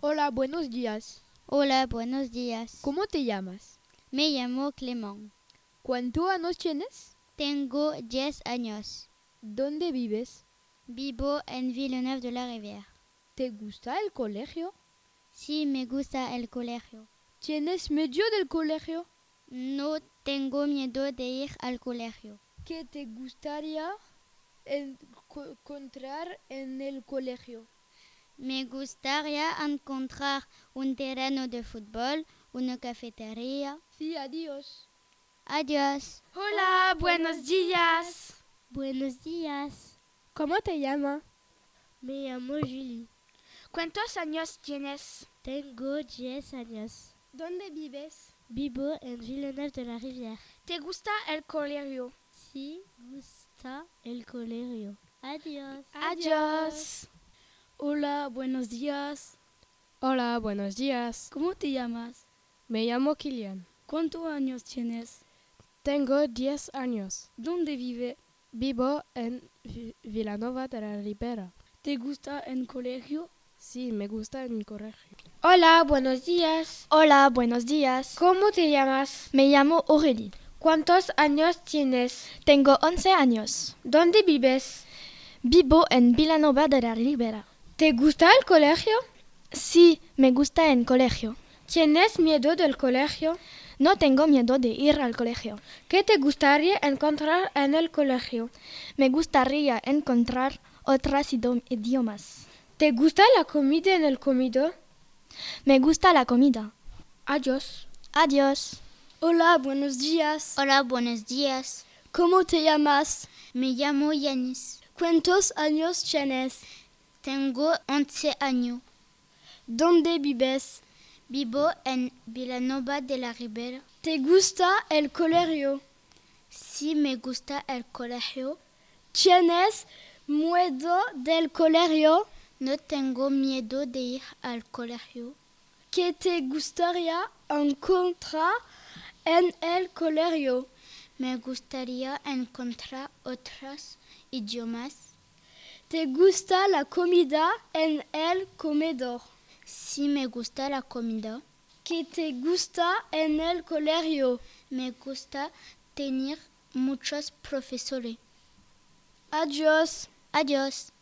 Hola, buenos días. Hola, buenos días. ¿Cómo te llamas? Me llamo Clemón. ¿Cuántos años tienes? Tengo 10 años. ¿Dónde vives? Vivo en Villeneuve de la Rivière. ¿Te gusta el colegio? Sí, me gusta el colegio. ¿Tienes medio del colegio? No tengo miedo de ir al colegio. ¿Qué te gustaría encontrar en el colegio? Me gustaría encontrar un terreno de fútbol, una cafetería. Sí, adiós. Adiós. Hola, buenos días. Buenos días. ¿Cómo te llamas? Me llamo Julie. ¿Cuántos años tienes? Tengo 10 años. ¿Dónde vives? Vivo en Villeneuve de la Rivière. ¿Te gusta el colegio? Sí, gusta el colegio. Adiós. Adiós. Ah, Hola, buenos días. Hola, buenos días. ¿Cómo te llamas? Me llamo Kilian. ¿Cuántos años tienes? Tengo 10 años. ¿Dónde vive? Vivo en v Villanova de la Ribera. ¿Te gusta el colegio? Sí, me gusta el colegio. Hola, buenos días. Hola, buenos días. ¿Cómo te llamas? Me llamo Aurélie. ¿Cuántos años tienes? Tengo 11 años. ¿Dónde vives? Vivo en Villanova de la Ribera. ¿Te gusta el colegio? Sí, me gusta el colegio. ¿Tienes miedo del colegio? No tengo miedo de ir al colegio. ¿Qué te gustaría encontrar en el colegio? Me gustaría encontrar otros idiomas. ¿Te gusta la comida en el comedor? Me gusta la comida. Adiós. Adiós. Hola, buenos días. Hola, buenos días. ¿Cómo te llamas? Me llamo Yanis. ¿Cuántos años tienes? Tengo 11 años. ¿Dónde vives? Vivo en Villanova de la Ribera. ¿Te gusta el colegio? Sí, me gusta el colegio. ¿Tienes miedo del colegio? No tengo miedo de ir al colegio. ¿Qué te gustaría encontrar en el colegio? Me gustaría encontrar otros idiomas. ¿Te gusta la comida en el comedor? Sí, me gusta la comida. ¿Qué te gusta en el colegio? Me gusta tener muchos profesores. Adiós. Adiós.